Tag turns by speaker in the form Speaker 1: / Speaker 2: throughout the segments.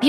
Speaker 1: 美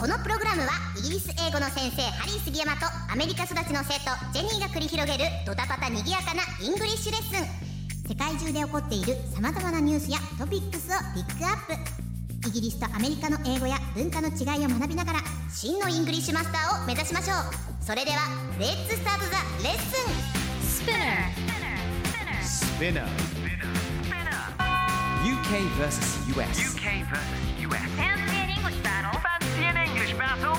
Speaker 2: このプログラムはイギリス英語の先生ハリー杉山とアメリカ育ちの生徒ジェニーが繰り広げるドタパタにぎやかなイングリッシュレッスン世界中で起こっているさまざまなニュースやトピックスをピックアップイギリスとアメリカの英語や文化の違いを学びながら真のイングリッシュマスターを目指しましょうそれではレッツスタートザレッスン
Speaker 3: Spinner. UK versus US.
Speaker 4: UK versus US. Fancy an English battle. Fancy an English battle.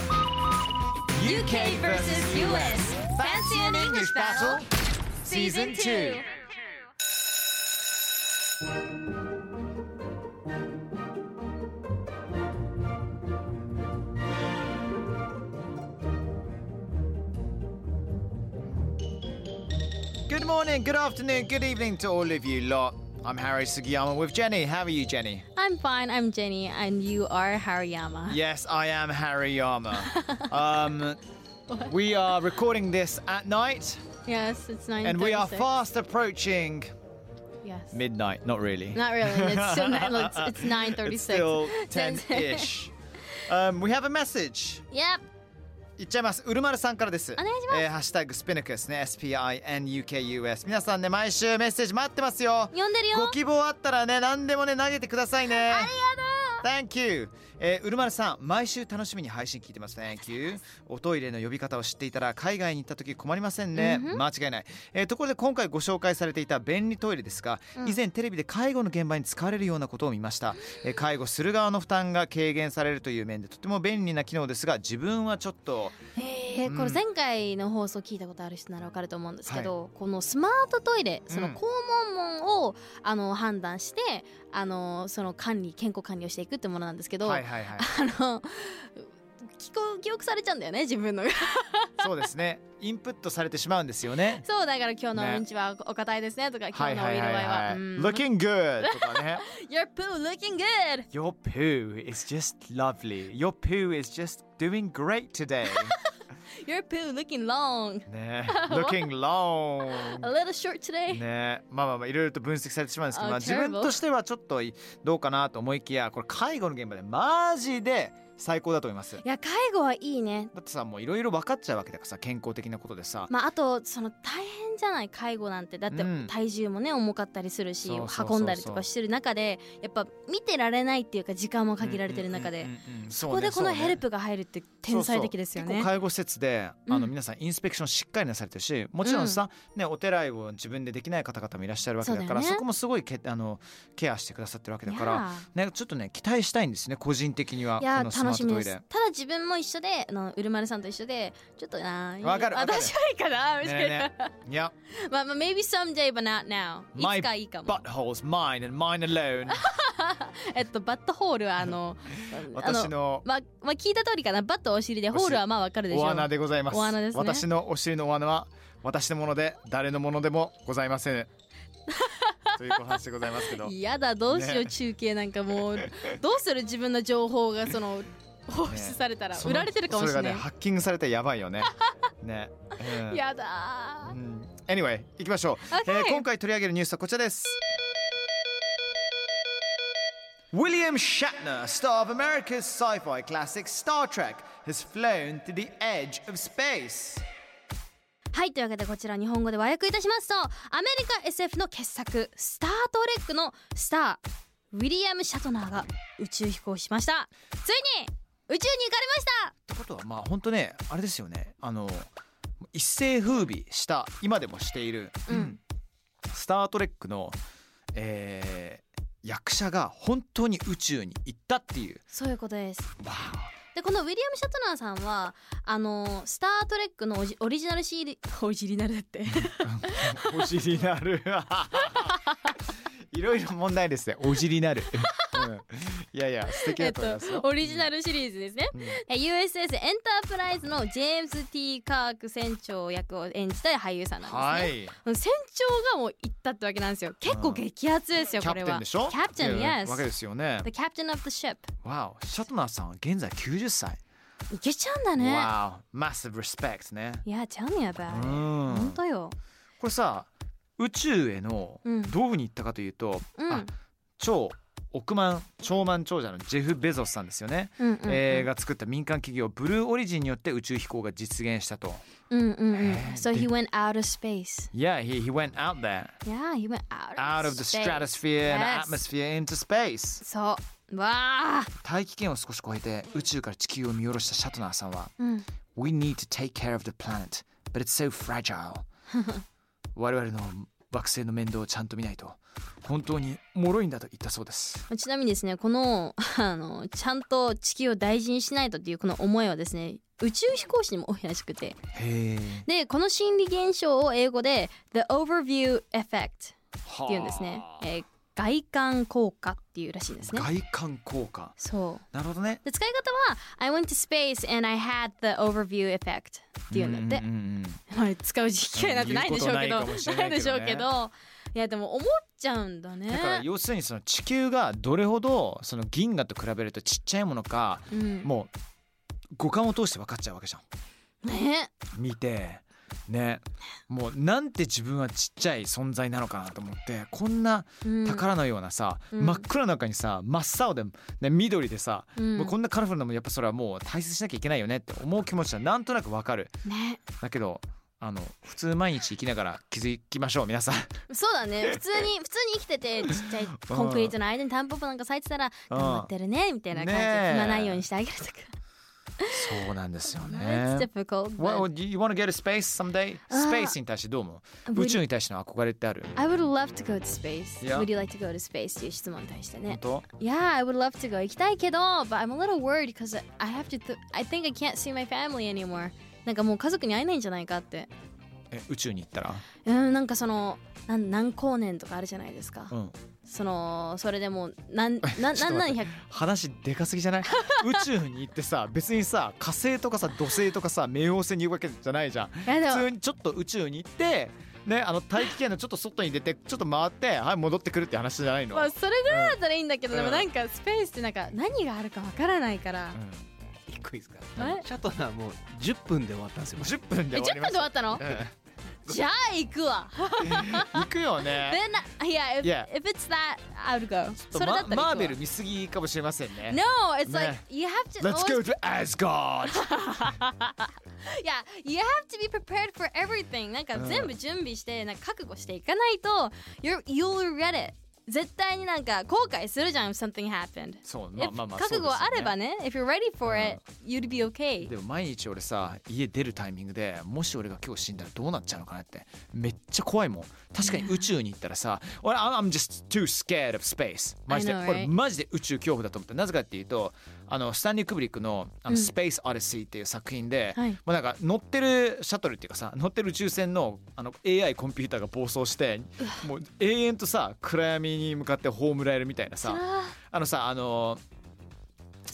Speaker 3: UK versus US. Fancy an English battle? Season 2. 2. Good morning, good afternoon, good evening to all of you lot. I'm Harry Sugiyama with Jenny. How are you, Jenny?
Speaker 5: I'm fine. I'm Jenny, and you are Hariyama.
Speaker 3: Yes, I am Harry Yama. um, we are recording this at night,
Speaker 5: Yes, it's nine.
Speaker 3: and we are
Speaker 5: 36.
Speaker 3: fast approaching
Speaker 5: Yes.
Speaker 3: midnight. Not really.
Speaker 5: Not really. It's still nine. It's, it's nine
Speaker 3: It's
Speaker 5: thirty-six.
Speaker 3: still ten-ish. うん、we have a message.
Speaker 5: Yep.
Speaker 3: いっちゃいます。うるまるさんからです。お
Speaker 5: 願いします
Speaker 3: えーハッシュタグスピヌクスね。S P I N U K U S。皆さんね毎週メッセージ待ってますよ。
Speaker 5: 読んでるよ
Speaker 3: ご希望あったらね何でもね投げてくださいね。ありがとう。Thank you、えー。うるまるさん毎週楽しみに配信聞いてます。Thank you。おトイレの呼び方を知っていたら海外に行った時困りませんね。間違いない、えーところで今回ご紹介されていた便利トイレですが、以前テレビで介護の現場に使われるようなことを見ました、えー介護する側の負担が軽減されるという面でとても便利な機能ですが自分はちょっと
Speaker 5: えーこれ前回の放送聞いたことある人ならわかると思うんですけど、このスマートトイレその
Speaker 3: うん
Speaker 5: 肛門門を、あの判断してあのその管理健康管理をしていくってものなんですけど、
Speaker 3: はいはいはい
Speaker 5: あの聞こ記憶されちゃうんだよね自分の が
Speaker 3: そうですねインプットされてしまうんですよね
Speaker 5: そうだから今日の
Speaker 3: ね
Speaker 5: うんちはお硬いですねとか、 今
Speaker 3: は
Speaker 5: 日
Speaker 3: い
Speaker 5: の
Speaker 3: は
Speaker 5: お
Speaker 3: い
Speaker 5: 色
Speaker 3: はい
Speaker 5: 合いは、
Speaker 3: は
Speaker 5: う
Speaker 3: い
Speaker 5: ん
Speaker 3: Looking good とかね
Speaker 5: Your poo looking good
Speaker 3: Your poo is just lovely Your poo is just doing great today
Speaker 5: Your poo looking long
Speaker 3: ね Looking long
Speaker 5: A little short today
Speaker 3: ねまあまあまあいろいろと分析されてしまうんですけど、
Speaker 5: あ
Speaker 3: まあ、自分
Speaker 5: terrible
Speaker 3: としてはちょっとどうかなと思いきやこれ介護の現場でマジで最高だと思いますだ
Speaker 5: いや介護はいいね
Speaker 3: ってさもういろいろ分かっちゃうわけだからさ健康的なことでさ
Speaker 5: まああとその大変じゃない介護なんてだって
Speaker 3: うん
Speaker 5: 体重もね重かったりするし、
Speaker 3: そうそうそうそう
Speaker 5: 運んだりとかしてる中でやっぱ見てられないっていうか時間も限られてる中で、
Speaker 3: うんうんうんうん
Speaker 5: ここでこのヘル
Speaker 3: そうね
Speaker 5: プが入るって天才的ですよ
Speaker 3: そうそう
Speaker 5: ね
Speaker 3: 結構介護施設であの
Speaker 5: うん
Speaker 3: 皆さんインスペクションしっかりなされてるしもちろんさ、ね、お手洗いを自分でできない方々もいらっしゃるわけだから
Speaker 5: そうだ
Speaker 3: そ
Speaker 5: よね
Speaker 3: こもすごいけあのケアしてくださってるわけだ
Speaker 5: い
Speaker 3: から、
Speaker 5: や
Speaker 3: ね、ちょっとね期待したいんですね個人的には
Speaker 5: ーいや
Speaker 3: このス
Speaker 5: ー
Speaker 3: マー
Speaker 5: 楽し
Speaker 3: ト
Speaker 5: み
Speaker 3: ト
Speaker 5: で
Speaker 3: イ
Speaker 5: す
Speaker 3: レ。
Speaker 5: ただ自分も一緒であのうるまるさんと一緒でちょっとなー
Speaker 3: わかるわかる
Speaker 5: 私はいいかなみたいな、
Speaker 3: ね えねえいや
Speaker 5: まあまあ maybe someday but not now い
Speaker 3: My
Speaker 5: つかいいかも
Speaker 3: buttholes mine and mine alone
Speaker 5: えっとバットホールは あのあ
Speaker 3: 私の
Speaker 5: まあまあ聞いた通りかなバットはお尻でホールはまあわかるでしょう
Speaker 3: お穴でございます
Speaker 5: お穴ですね
Speaker 3: 私のお尻のお穴は私のもので誰のものでもございま せんというお話でございますけど
Speaker 5: 嫌だどうしよ
Speaker 3: ね
Speaker 5: う、中継なんかもうどうする自分の情報が その放出されたら、
Speaker 3: そ
Speaker 5: 売
Speaker 3: の
Speaker 5: られてるかもしれ
Speaker 3: そ
Speaker 5: な
Speaker 3: れ
Speaker 5: い、
Speaker 3: がねハッキングされたらやばいよ ねね、うん
Speaker 5: やだ
Speaker 3: う
Speaker 5: ー
Speaker 3: ん Anyway 行きましょう、
Speaker 5: Okay
Speaker 3: えー今回取り上げるニュースはこちらですウィリアム・シャッナー、star of America's sci-fi classic Star Trek, has flown to the edge of space.
Speaker 5: はいというわけでこちら日本語で和訳いたしますとアメリカ SF の傑作「スター・トレック」のスターウィリアム・シャトナーが宇宙飛行しましたついに宇宙に行かれました
Speaker 3: ってことはまあ本当ねあれですよねあの一世風靡した今でもしている、
Speaker 5: うん
Speaker 3: スター・トレックの、えー役者が本当に宇宙に行ったっていう。
Speaker 5: そういうことです
Speaker 3: わ
Speaker 5: でこのウィリアム・シャトナーさんはあのスター・トレックのオジオリジナルシリ オリジナルだっ て
Speaker 3: ー お尻になるいろいろ問題ですねお尻になる、うんいやいや、素敵
Speaker 5: えっ
Speaker 3: だと思いま
Speaker 5: と
Speaker 3: すよ、
Speaker 5: オリジナルシリーズですね、
Speaker 3: うん
Speaker 5: え USS エンタープライズのジェームズ・ T ・カーク船長役を演じた俳優さんなんですね、
Speaker 3: はい。
Speaker 5: 船長がもう行ったってわけなんですよ結構激アツですよ
Speaker 3: キ
Speaker 5: こ
Speaker 3: ャ
Speaker 5: れ
Speaker 3: プテ
Speaker 5: は
Speaker 3: ンでしょ
Speaker 5: キャプテン
Speaker 3: いや
Speaker 5: yes
Speaker 3: わけですよね
Speaker 5: The。captain of the ship
Speaker 3: わお、シャトナーさんは現在90歳。
Speaker 5: いけちゃうんだね
Speaker 3: わお、massive respect ね。
Speaker 5: いや tell me
Speaker 3: う
Speaker 5: about it
Speaker 3: ん
Speaker 5: 本当よ
Speaker 3: これさ、宇宙への
Speaker 5: うん
Speaker 3: どういうふうに行ったかというと、
Speaker 5: うん
Speaker 3: あ超億万超万長者のジェフ・ベゾスさんですよね、
Speaker 5: うんうんうん
Speaker 3: えーが作った民間企業ブルーオリジンによって宇宙飛行が実現したと。
Speaker 5: うんうんうん
Speaker 3: えー
Speaker 5: So he went out of space
Speaker 3: Yeah, he, he went out there,
Speaker 5: Yeah he went out of,
Speaker 3: out of the
Speaker 5: space.
Speaker 3: stratosphere and
Speaker 5: Yes.
Speaker 3: atmosphere into space.
Speaker 5: そうわあ
Speaker 3: 大気圏を少し越えて宇宙から地球を見下ろしたシャトナーさんは、
Speaker 5: うん
Speaker 3: We need to take care of the planet, but it's so fragile. 我々の惑星の面倒をちゃんと見ないと本当に脆いんだと言ったそうです。
Speaker 5: ちなみにですねこの あのちゃんと地球を大事にしないとっていうこの思いはですね宇宙飛行士にも多いらしくて
Speaker 3: へえ。
Speaker 5: でこの心理現象を英語で The Overview Effect っていうんですね
Speaker 3: は、あ
Speaker 5: えー外観効果っていうらしいですね
Speaker 3: 外観効果。
Speaker 5: そう
Speaker 3: なるほどね。
Speaker 5: で使い方は I went to space and I had the overview effect っていうんだって、
Speaker 3: んんうん
Speaker 5: まあ使う機会なんてないんでしょうけ
Speaker 3: 言うことないか
Speaker 5: ど
Speaker 3: もしれ
Speaker 5: な
Speaker 3: ないいけどね
Speaker 5: でしょうけどいやでも思っちゃうんだね
Speaker 3: だから要するにその地球がどれほどその銀河と比べるとちっちゃいものか
Speaker 5: うん、
Speaker 3: もう五感を通して分かっちゃうわけじゃん。
Speaker 5: ね
Speaker 3: 見てねもうなんて自分はちっちゃい存在なのかなと思ってこんな
Speaker 5: うん
Speaker 3: 宝のようなさ、
Speaker 5: うん
Speaker 3: 真っ暗な中にさ真っ青で、ね、緑でさ、
Speaker 5: うん
Speaker 3: もうこんなカラフルなもんやっぱそれはもう大切にしなきゃいけないよねって思う気持ちはなんとなくわかる
Speaker 5: ね
Speaker 3: だけどあの普通毎日生きながら気づきましょう皆さん
Speaker 5: そう だね普通に普通に生きててちっちゃいコンクリートの間にタンポポなんか咲いてたら
Speaker 3: うん
Speaker 5: 頑張ってるねみたいな感じで
Speaker 3: ねえ
Speaker 5: 踏まないようにしてあげるとか
Speaker 3: そうなんですよ
Speaker 5: It's
Speaker 3: ね
Speaker 5: difficult
Speaker 3: What
Speaker 5: but
Speaker 3: would you want to get to space someday?
Speaker 5: あー
Speaker 3: Space に対してどう思
Speaker 5: Would
Speaker 3: う宇宙に対しての憧れってある
Speaker 5: I would love to go to space
Speaker 3: Yeah.
Speaker 5: Would you like to go to space っていう質問に対してね
Speaker 3: 本当
Speaker 5: Yeah, I would love to go. 行きたいけど、but I'm a little worried because I have to. Th- I think I can't see my family anymore. なんかもう家族に会えないんじゃないかって。
Speaker 3: え宇宙に行ったら、
Speaker 5: うん、なんかそのなん何光年とかあるじゃないですか。
Speaker 3: うん、
Speaker 5: そのそれでもう なんな
Speaker 3: ちょっと待
Speaker 5: 何何
Speaker 3: って
Speaker 5: 百。
Speaker 3: 話でかすぎじゃ ない宇宙に行ってさ別にさ火星とかさ土星とかさ冥王星に行くわけじゃないじゃん
Speaker 5: いやで
Speaker 3: 普
Speaker 5: も
Speaker 3: 通にちょっと宇宙に行ってねあの大気圏のちょっと外に出てちょっと回ってはい戻ってくるって話じゃないの、
Speaker 5: まあそれぐらいだったらいいんだけど、
Speaker 3: うん
Speaker 5: でもなんかスペースってなんか何があるかわからないから。
Speaker 6: 一個いいですか
Speaker 5: え
Speaker 6: シャトナーもう10分で終わったんですよ
Speaker 3: うん、10分
Speaker 5: え
Speaker 3: で
Speaker 5: 10
Speaker 3: 終わ
Speaker 5: 分
Speaker 3: り
Speaker 5: で
Speaker 3: ま
Speaker 5: 終
Speaker 3: し
Speaker 5: わったの
Speaker 3: た、？う
Speaker 5: じゃあ行くわ。
Speaker 3: ん、行くよ ね
Speaker 5: Then I- yeah, if,
Speaker 3: Yeah.
Speaker 5: if it's that, I would go.
Speaker 3: ちょ
Speaker 5: そ
Speaker 3: っと
Speaker 5: れだ
Speaker 3: マ
Speaker 5: ったら行くわ。
Speaker 3: マーベル見すぎかもしれませんね
Speaker 5: No, it's like
Speaker 3: ね
Speaker 5: you have to.
Speaker 3: Let's
Speaker 5: always
Speaker 3: go to Asgard!
Speaker 5: Yeah, you have to be prepared for everything. なんか全部準備して、なんか覚悟していかないと、you're, you'll regret it. 絶対になんか後悔するじゃん、if something happened.
Speaker 3: そうまあ
Speaker 5: If
Speaker 3: まあまあ
Speaker 5: 覚悟はあれば
Speaker 3: ね
Speaker 5: ね、if you're ready for it, you'd be okay.
Speaker 3: でも毎日俺さ家出るタイミングでもし俺が今日死んだらどうなっちゃうのかなってめっちゃ怖いもん確かに宇宙に行ったらさ俺 I'm I'm just too scared of space マジで
Speaker 5: I know, right?
Speaker 3: 俺マジで宇宙恐怖だと思ったなぜかっていうとあのスタンリー・クブリックの「あのスペース・オデシー」っていう作品で、
Speaker 5: はい
Speaker 3: もうなんか乗ってるシャトルっていうかさ乗ってる宇宙船のあの AI コンピューターが暴走してもう永遠とさ暗闇に向かって葬られるみたいなさ
Speaker 5: あ
Speaker 3: あのさあの
Speaker 5: ー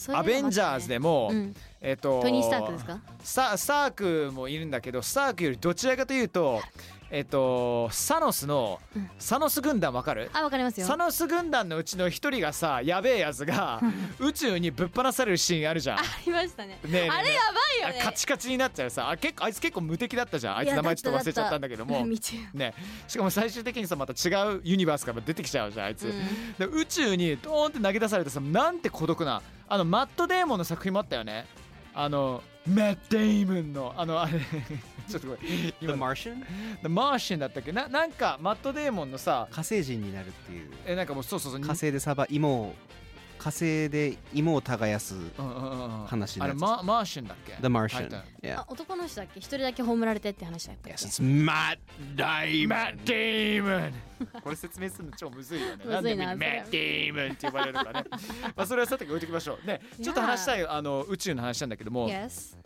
Speaker 3: 「
Speaker 5: そうい
Speaker 3: ア
Speaker 5: うのもあってね
Speaker 3: ベンジャーズ」でも、
Speaker 5: うん
Speaker 3: えっと
Speaker 5: トニー・スタークですか
Speaker 3: スタスタークもいるんだけどスタークよりどちらかというとえっとサノスの、サノス軍団わかる
Speaker 5: あ、わかりますよ
Speaker 3: サ。ノス軍団のうちの一人がさやべえやつが宇宙にぶっ放されるシーンあるじゃん。
Speaker 5: ありましたね。
Speaker 3: ねえねえねえ
Speaker 5: あれやば
Speaker 3: あ
Speaker 5: い
Speaker 3: れ
Speaker 5: よ
Speaker 3: カ
Speaker 5: ね。
Speaker 3: チカチになっちゃうさあ結構あいつ結構無敵だったじゃんあいつ
Speaker 5: や
Speaker 3: 名前ちょっと忘れちゃったんだけども
Speaker 5: 見てよ
Speaker 3: ねしかも最終的にさまた違うユニバースから出てきちゃうじゃんあいつ、
Speaker 5: うん
Speaker 3: で宇宙にドーンって投げ出されてさなんて孤独なあのマット・デーモンの作品もあったよねあのマット・デーモンのあのあれ ちょっとごめん
Speaker 6: The
Speaker 3: 今
Speaker 6: Martian?
Speaker 3: マーシンだったっけななんかマット・デーモンのさ
Speaker 6: 火星人になるっていう
Speaker 3: えなんかもうそうそうそう
Speaker 6: 火星でサバ芋を火星で芋を耕す
Speaker 3: うんうんうんうん
Speaker 6: 話の
Speaker 3: あ
Speaker 6: やつ
Speaker 3: れママーシンだっけ
Speaker 6: The
Speaker 3: タイ
Speaker 6: Martian
Speaker 3: トル
Speaker 6: Yeah
Speaker 5: あ男の人だっけ一人だけ葬られてって話だったっけ
Speaker 6: Yes, it's Matt
Speaker 3: マッ
Speaker 6: Damon
Speaker 3: ト・デーモン これ説明するの超むずいよね。
Speaker 5: むずいな
Speaker 3: なんでみんマット・デーモンって呼ばれるのか ね。まあそれはさておき置いておきましょう。ね、ちょっと話したいあの宇宙の話なんだけども、
Speaker 5: Yes.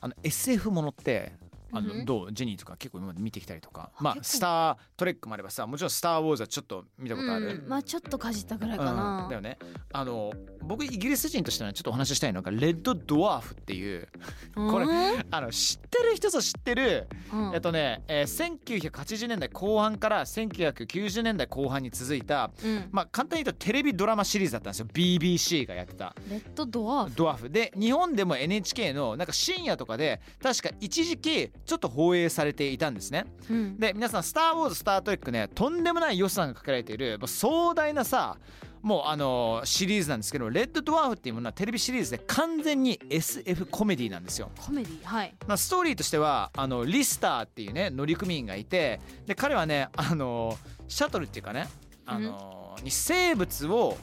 Speaker 3: あの SF ものってあの、
Speaker 5: うんうん
Speaker 3: どうジェニーとか結構今まで見てきたりとか
Speaker 5: あ
Speaker 3: まあ
Speaker 5: 結構
Speaker 3: スター・トレックもあればさもちろん「スター・ウォーズ」はちょっと見たことある、
Speaker 5: うん、まあちょっとかじったぐらいか
Speaker 3: うん
Speaker 5: な
Speaker 3: だよねあの僕イギリス人としてはちょっとお話ししたいのがレッドドワーフっていうこれ
Speaker 5: うん
Speaker 3: あの知ってる人ぞ知ってる、
Speaker 5: うん
Speaker 3: えっとね、えー1980年代後半から1990年代後半に続いた
Speaker 5: うん
Speaker 3: まあ簡単に言うとテレビドラマシリーズだったんですよ BBC がやってた
Speaker 5: レッドドアーフ
Speaker 3: ドワーフで日本でも NHK のなんか深夜とかで確か一時期ちょっと放映されていたんですね
Speaker 5: うん
Speaker 3: で皆さん「スター・ウォーズ」「スター・トレックね」とんでもない予算がかけられているもう壮大なさもうあのーシリーズなんですけど「レッド・ドワーフ」っていうものはテレビシリーズで完全に SF コメディなんですよ。
Speaker 5: コメディはい
Speaker 3: まあ、ストーリーとしてはあのリスターっていうね乗組員がいてで彼はねあのシャトルっていうかねあの、に生物を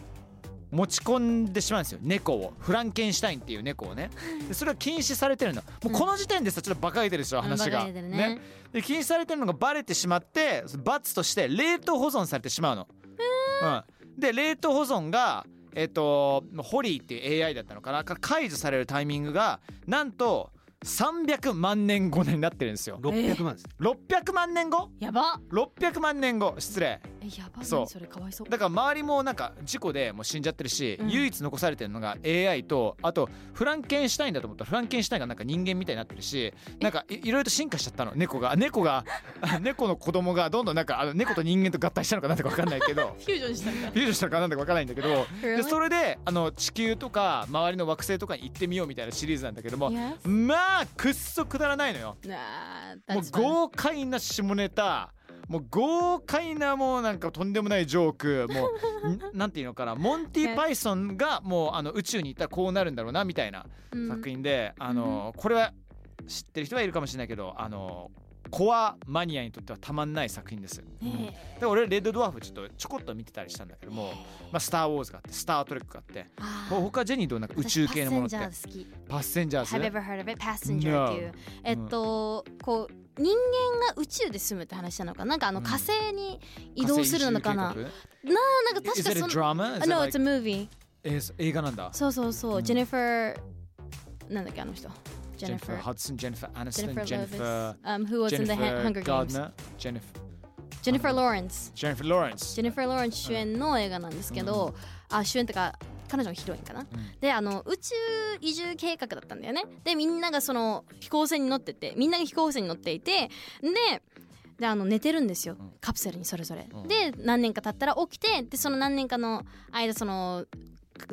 Speaker 3: 持ち込んでしまうんですよ猫をフランケンシュタインっていう猫をねでそれは禁止されてるのもうこの時点でさちょっとバカげてるでしょ話が、
Speaker 5: うんバカげてるね
Speaker 3: で禁止されてるのがバレてしまってその罰として冷凍保存されてしまうの、うん、で冷凍保存がえっ、とホリーっていう AI だったのかなから解除されるタイミングがなんと300万年後になってるんですよ
Speaker 6: 600万です、
Speaker 3: 600万年後
Speaker 5: やば
Speaker 3: ?600 万年後失礼
Speaker 5: えやばい
Speaker 3: そう
Speaker 5: それかわいそう
Speaker 3: だから周りもなんか事故でもう死んじゃってるし、
Speaker 5: うん
Speaker 3: 唯一残されてるのが AI とあとフランケンシュタインだと思ったらフランケンシュタインがなんか人間みたいになってるしなんかいいろいろと進化しちゃったの猫が猫が 猫の子供がどんどんなんかあの猫と人間と合体したのかなんだか分かんないけど
Speaker 5: フュージョンしたんだ
Speaker 3: ビュージョンしたのかなんだか分からないんだけどで
Speaker 5: Really？
Speaker 3: それであの地球とか周りの惑星とかに行ってみようみたいなシリーズなんだけども
Speaker 5: Yes
Speaker 3: まあくっそくだらないのよ。
Speaker 5: なあ
Speaker 3: もう
Speaker 5: that's fine
Speaker 3: 豪快な下ネタもう豪快なもうなんかとんでもないジョークもうんなんていうのかなモンティ・パイソンがもうあの宇宙に行ったらこうなるんだろうなみたいな
Speaker 5: うん
Speaker 3: 作品で、あのこれは知ってる人はいるかもしれないけどあのコアマニアにとってはたまんない作品です。
Speaker 5: ね
Speaker 3: で俺レッドドワーフちょっとちょこっと見てたりしたんだけども、まあ、スター・ウォーズがあってスター・トレックがあって
Speaker 5: あー
Speaker 3: 他ジェニーどうなんか宇宙系のものって
Speaker 5: 私パッセンジャー
Speaker 3: パッセンジャー
Speaker 5: 好き
Speaker 3: ズ
Speaker 5: Have you ever heard of it? Passenger っていう
Speaker 3: No
Speaker 5: えっとこう人間が宇宙で住むって話なのかなんかあの
Speaker 3: うん
Speaker 5: 火星に移動するのか
Speaker 3: 火
Speaker 5: な、
Speaker 3: 星移住
Speaker 5: なんか
Speaker 3: 計画
Speaker 5: 確
Speaker 3: Is it a
Speaker 5: かその
Speaker 3: drama? Is
Speaker 5: Ah,
Speaker 3: it
Speaker 5: No,
Speaker 3: like-
Speaker 5: it's a movie
Speaker 3: えー映画なんだ。
Speaker 5: そうそうそう、
Speaker 3: うん
Speaker 5: ジェニファーなんだっけあの人
Speaker 3: ジ
Speaker 5: ジェ
Speaker 3: ェ
Speaker 5: ニ
Speaker 3: ニ
Speaker 5: フ
Speaker 3: ファ
Speaker 5: ァ
Speaker 3: ー・
Speaker 5: ー
Speaker 3: ハドソン、ジェニファー・アニス
Speaker 5: ジェ
Speaker 3: ト
Speaker 5: ニ
Speaker 3: ン、
Speaker 5: ファ
Speaker 3: ジェニフ
Speaker 5: ー・ロ
Speaker 3: ァ
Speaker 5: ービス、um, who
Speaker 3: ー、
Speaker 5: was
Speaker 3: ジェ
Speaker 5: in
Speaker 3: ニ
Speaker 5: the
Speaker 3: フ
Speaker 5: Han-
Speaker 3: ァー・ガ
Speaker 5: Hunger
Speaker 3: ー
Speaker 5: Games
Speaker 3: ドナー、ジェニファー・
Speaker 5: ジェニファー・ローレンス
Speaker 3: ジェニファー・ローレンス
Speaker 5: ジェ。ニファー・ローレンス主演の映画なんですけど、あ主演ってか彼女のヒロインかな、であの宇宙移住計画だったんだよねでみんながその飛行船に乗っててみんなが飛行船に乗っていてでであの寝てるんですよ
Speaker 3: うん
Speaker 5: カプセルにそれぞれ、
Speaker 3: うん
Speaker 5: で何年か経ったら起きてでその何年かの間その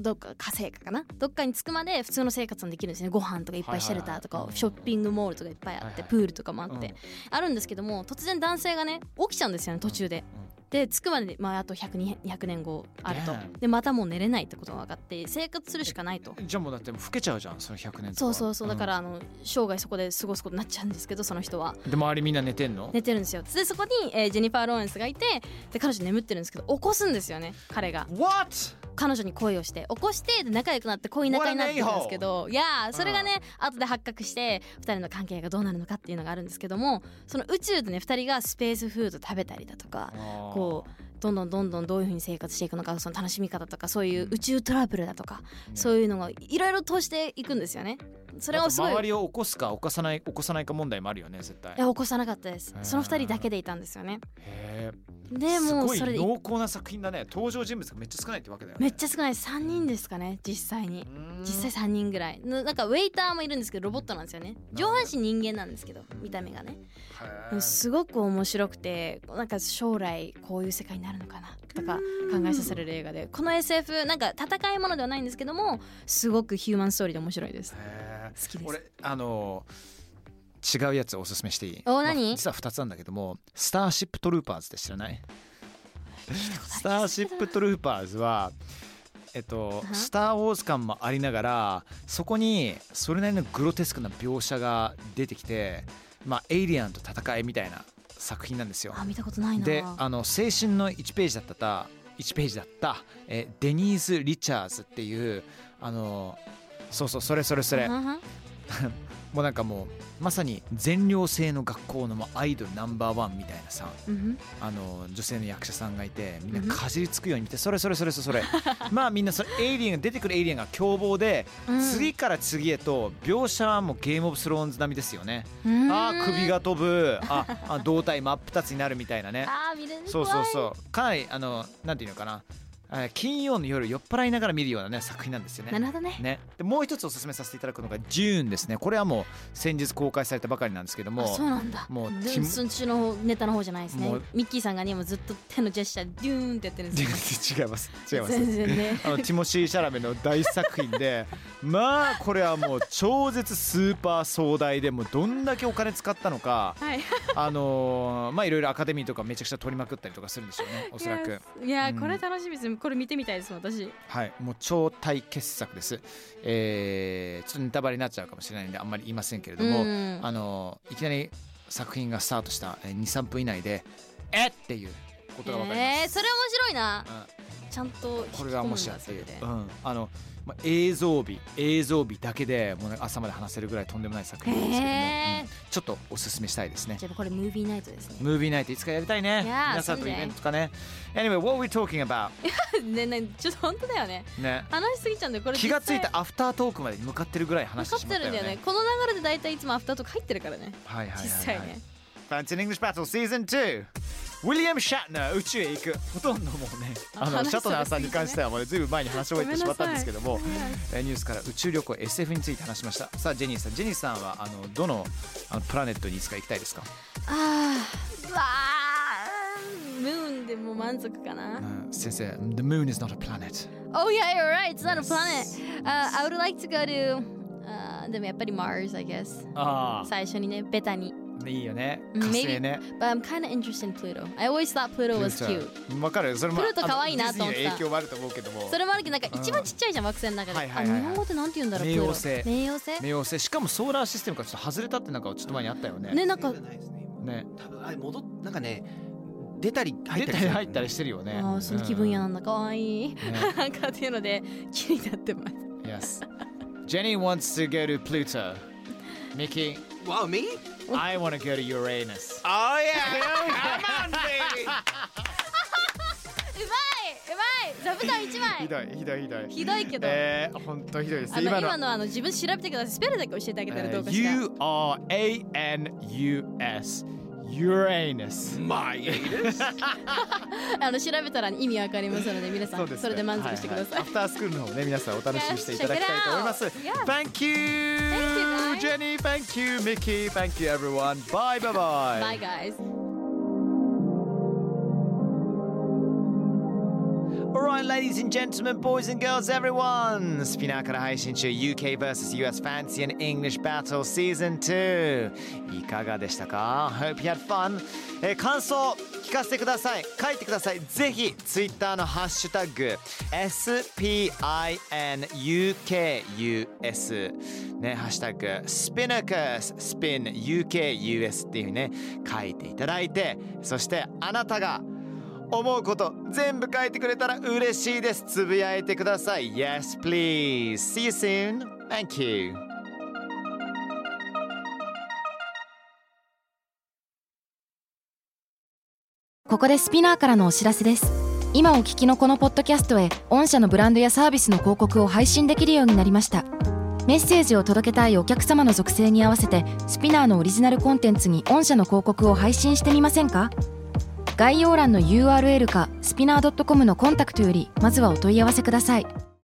Speaker 5: どっか火星かかなどっかに着くまで普通の生活もできるんですねご飯とかいっぱいシェルターとか、
Speaker 3: はいはいはい
Speaker 5: ショッピングモールとかいっぱいあって、
Speaker 3: はいはい
Speaker 5: プールとかもあって、
Speaker 3: うん
Speaker 5: あるんですけども突然男性がね起きちゃうんですよね途中で、で着くまでに、まあ、あと100200年後あると
Speaker 3: Damn
Speaker 5: でまたもう寝れないってことが分かって生活するしかないと
Speaker 3: じゃあもうだってもう老けちゃうじゃん、その100年とか
Speaker 5: そうそうそうだか、らあの生涯そこで過ごすことになっちゃうんですけどその人は
Speaker 3: うんで、周りみんな寝てんの
Speaker 5: 寝てるんですよでそこに、えージェニファー・ローレンスがいてで彼女眠ってるんですけど起こすんですよね彼が
Speaker 3: What?
Speaker 5: 彼女に恋をして起こしてで仲良くなって恋仲になってるんですけどいやーそれがね後で発覚して2人の関係がどうなるのかっていうのがあるんですけどもその宇宙でね2人がスペースフード食べたりだとかこうどんどんどんどんどういう風に生活していくのかその楽しみ方とかそういう宇宙トラブルだとか、そういうのがいろいろ通していくんですよね。そ
Speaker 3: そ
Speaker 5: れをすごい
Speaker 3: 周りを起こすか起こさない、起こさないか問題もあるよね、絶対
Speaker 5: い。や起こさなかったです
Speaker 3: へ。ー
Speaker 5: その二人だけでいたんですよね。
Speaker 3: へ
Speaker 5: で
Speaker 3: え。す
Speaker 5: もう
Speaker 3: ごい
Speaker 5: それで
Speaker 3: 濃厚な作品だね。登場人物がめっちゃ少ないってわけだよね。
Speaker 5: めっちゃ少ない三人ですかね実際に。実際3人ぐらいななんかウェイターもいるんですけどロボットなんですよね上半身人間なんですけど見た目がね
Speaker 3: 際、へ
Speaker 5: う
Speaker 3: え
Speaker 5: んすごく面白くてなんか将来こういう世界になるのかなとか考えさせられる映画でこの SF なんか戦いものではないんですけどもすごくヒューマンストーリーで面白いです好
Speaker 3: へえ
Speaker 5: きです
Speaker 3: 俺あの違うやつをおすすめしていい
Speaker 5: お何
Speaker 3: まあ実は2つなんだけども「スターシップトルーパーズ」って知らないスターシップトルーパーズはえっと「
Speaker 5: うん
Speaker 3: スター・ウォーズ」感もありながらそこにそれなりのグロテスクな描写が出てきてまあエイリアンと戦いみたいな作品なんですよ。
Speaker 5: あ見たことないな
Speaker 3: であの青春の1ページだった1ページだった、えーデニーズ・リチャーズっていうあのそうそうそれそれそれ
Speaker 5: うんうん
Speaker 3: もうなんかもうまさに全寮制の学校のもうアイドルナンバーワンみたいなさ
Speaker 5: うん
Speaker 3: あの女性の役者さんがいてみ
Speaker 5: うんん
Speaker 3: なかじりつくように見て、それそれそれそれ まあみんなそれエイリアンが出てくるエイリアンが凶暴で、
Speaker 5: うん
Speaker 3: 次から次へと描写はもうゲームオブスローンズ並みですよね、
Speaker 5: うん
Speaker 3: あー首が飛ぶああ胴体真っ二つになるみたいなね
Speaker 5: あー見れる
Speaker 3: そうそう
Speaker 5: 怖い
Speaker 3: そうかなりあのなんていうのかなあー金曜の夜酔っ払いながら見るようなね作品なんですよね
Speaker 5: なるほどね
Speaker 3: ね、でもう一つおすすめさせていただくのが「ジューン」ですねこれはもう先日公開されたばかりなんですけど
Speaker 5: あ
Speaker 3: も
Speaker 5: そうなんだ
Speaker 3: もう
Speaker 5: で
Speaker 3: キム
Speaker 5: そっちのネタの方じゃないですね
Speaker 3: もう
Speaker 5: ミッキーさんがねもうずっと手のジェスチャーデューンってやってるんですよ
Speaker 3: 違います 違います
Speaker 5: 全然ね
Speaker 3: あのティモシー・シャラメの大作品で まあこれはもう超絶スーパー壮大でもうどんだけお金使ったのか
Speaker 5: はい
Speaker 3: あのーまあいろいろアカデミーとかめちゃくちゃ取りまくったりとかするんでしょうねおそらく
Speaker 5: いやーいやー
Speaker 3: うん
Speaker 5: これ楽しみですこれ見てみたいです私
Speaker 3: はいもう超大傑作ですえーちょっとネタバレになっちゃうかもしれないんであんまり言いませんけれども、
Speaker 5: うん
Speaker 3: あのーいきなり作品がスタートした23分以内で「えっ!」っていうことが分かります、
Speaker 5: えーそれ面白いな
Speaker 3: うん
Speaker 5: ちゃんと引き込むんだ
Speaker 3: これが面白いっていう
Speaker 5: そ、
Speaker 3: うん、あの、まあ、映像美映像美だけでもうね朝まで話せるぐらいとんでもない作品なんですけども、
Speaker 5: へー
Speaker 3: うんちょっとおすすめしたいですね
Speaker 5: じゃあこれムービーナイトですね
Speaker 3: ムービーナイトいつかやりたいね
Speaker 5: いやー
Speaker 3: 皆さん
Speaker 5: そ
Speaker 3: と
Speaker 5: う
Speaker 3: イ
Speaker 5: ね
Speaker 3: ベントとかね Anyway what we talking about
Speaker 5: ねねちょっと本当だよね
Speaker 3: ね
Speaker 5: 話しすぎちゃうんでこれ
Speaker 3: 気がつい
Speaker 5: 実際
Speaker 3: たアフタートークまで向かってるぐらい話してしま
Speaker 5: 分
Speaker 3: っ
Speaker 5: か
Speaker 3: た
Speaker 5: って
Speaker 3: よ
Speaker 5: るんだ
Speaker 3: ね
Speaker 5: よねこの流れで大体いつもアフターと入ってるからね
Speaker 3: はいはいはい、はい、
Speaker 5: 実際ね
Speaker 3: Fancy English Battle Season 2ウィリアム・シャッナー宇宙へ行くほとんどもうねあの
Speaker 5: 話
Speaker 3: シャトナーさんに関してはもうねずいぶん前に話を終えてしまったんですけども
Speaker 5: ごめんなさい
Speaker 3: えーニュースから宇宙旅行 SF について話しましたさあジェニーさんジェニーさんはあのどのあのプラネットにいつか行きたいですか、
Speaker 5: あーうわームーンでもう満足かな、
Speaker 3: うん、先生 The moon is not a planet
Speaker 5: Oh yeah, you're right. It's not a planet. Uh, I would like to go to. Uh, でもやっぱり Mars, I guess.
Speaker 3: あ
Speaker 5: 最初にね、ベタに。
Speaker 3: あいいよね
Speaker 5: Maybe
Speaker 3: 火星ね
Speaker 5: But I'm kind of interested in Pluto. I always thought Pluto was cute.
Speaker 3: わかるそれも
Speaker 5: プルト可愛いなと思った
Speaker 3: あのディズニーの影響もあると思うけども
Speaker 5: それもあるけど、なんか一番ちっちゃいじゃん、惑星の中で。
Speaker 3: はいは
Speaker 5: あ
Speaker 3: いはいはい
Speaker 5: 日本語ってなんて言うんだろう、
Speaker 3: 冥王
Speaker 5: Pluto
Speaker 3: 星
Speaker 5: 冥王星
Speaker 3: 冥王星しかもソーラーシステムからちょっと外れたってなんかちょっと前にあったよね
Speaker 5: ね、なんか、
Speaker 6: ないですね今
Speaker 3: ね
Speaker 6: 多分あれ戻っなんかね出たり入
Speaker 3: 出
Speaker 6: った
Speaker 3: た
Speaker 6: り
Speaker 3: り入ったり
Speaker 6: し
Speaker 3: してるよね
Speaker 5: ああ、その気分やな
Speaker 3: うん
Speaker 5: だ、かわいい。
Speaker 3: んね
Speaker 5: なんかっていうので、気になってます。
Speaker 3: Yes. Jenny wants to go to Pluto. Mickey,
Speaker 6: てわあ me
Speaker 3: I want to go to Uranus.
Speaker 6: oh yeah come on baby
Speaker 5: うまい、うまい、座布団一枚。
Speaker 3: どいひどいひどい。
Speaker 5: ひどいけど。
Speaker 3: えー、本当ひどいです。
Speaker 5: あの今のあの自分調べてください。スペルだけ教えてあげたらどうかしら。
Speaker 3: U R A N U S Uranus。
Speaker 6: my anus
Speaker 5: あの調べたら意味わかりますので皆さんそ,、れで満足してください。
Speaker 3: アフタースクールの方ね皆さんお楽しみにしていただきたいと思います。
Speaker 5: Yes, check it out.
Speaker 3: Thank you,
Speaker 5: Thank you,
Speaker 3: Jenny. Thank you, Mickey. Thank you, everyone. Bye, bye, bye.
Speaker 5: Bye guys.
Speaker 3: Alright, ladies and gentlemen, boys and girls, everyone! スピナーから配信中 UK vs.US Fancy and English Battle Season 2いかがでしたか ?Hope you had fun! えー感想聞かせてください書いてくださいぜひ Twitter のハッシュタグ SPINUKUS ね、ハッシュタグ SPINUKUS SPINUKUS っていうふうにね書いていただいてそしてあなたが思うこと全部書いてくれたら嬉しいですつぶやいてください Yes please See you soon Thank you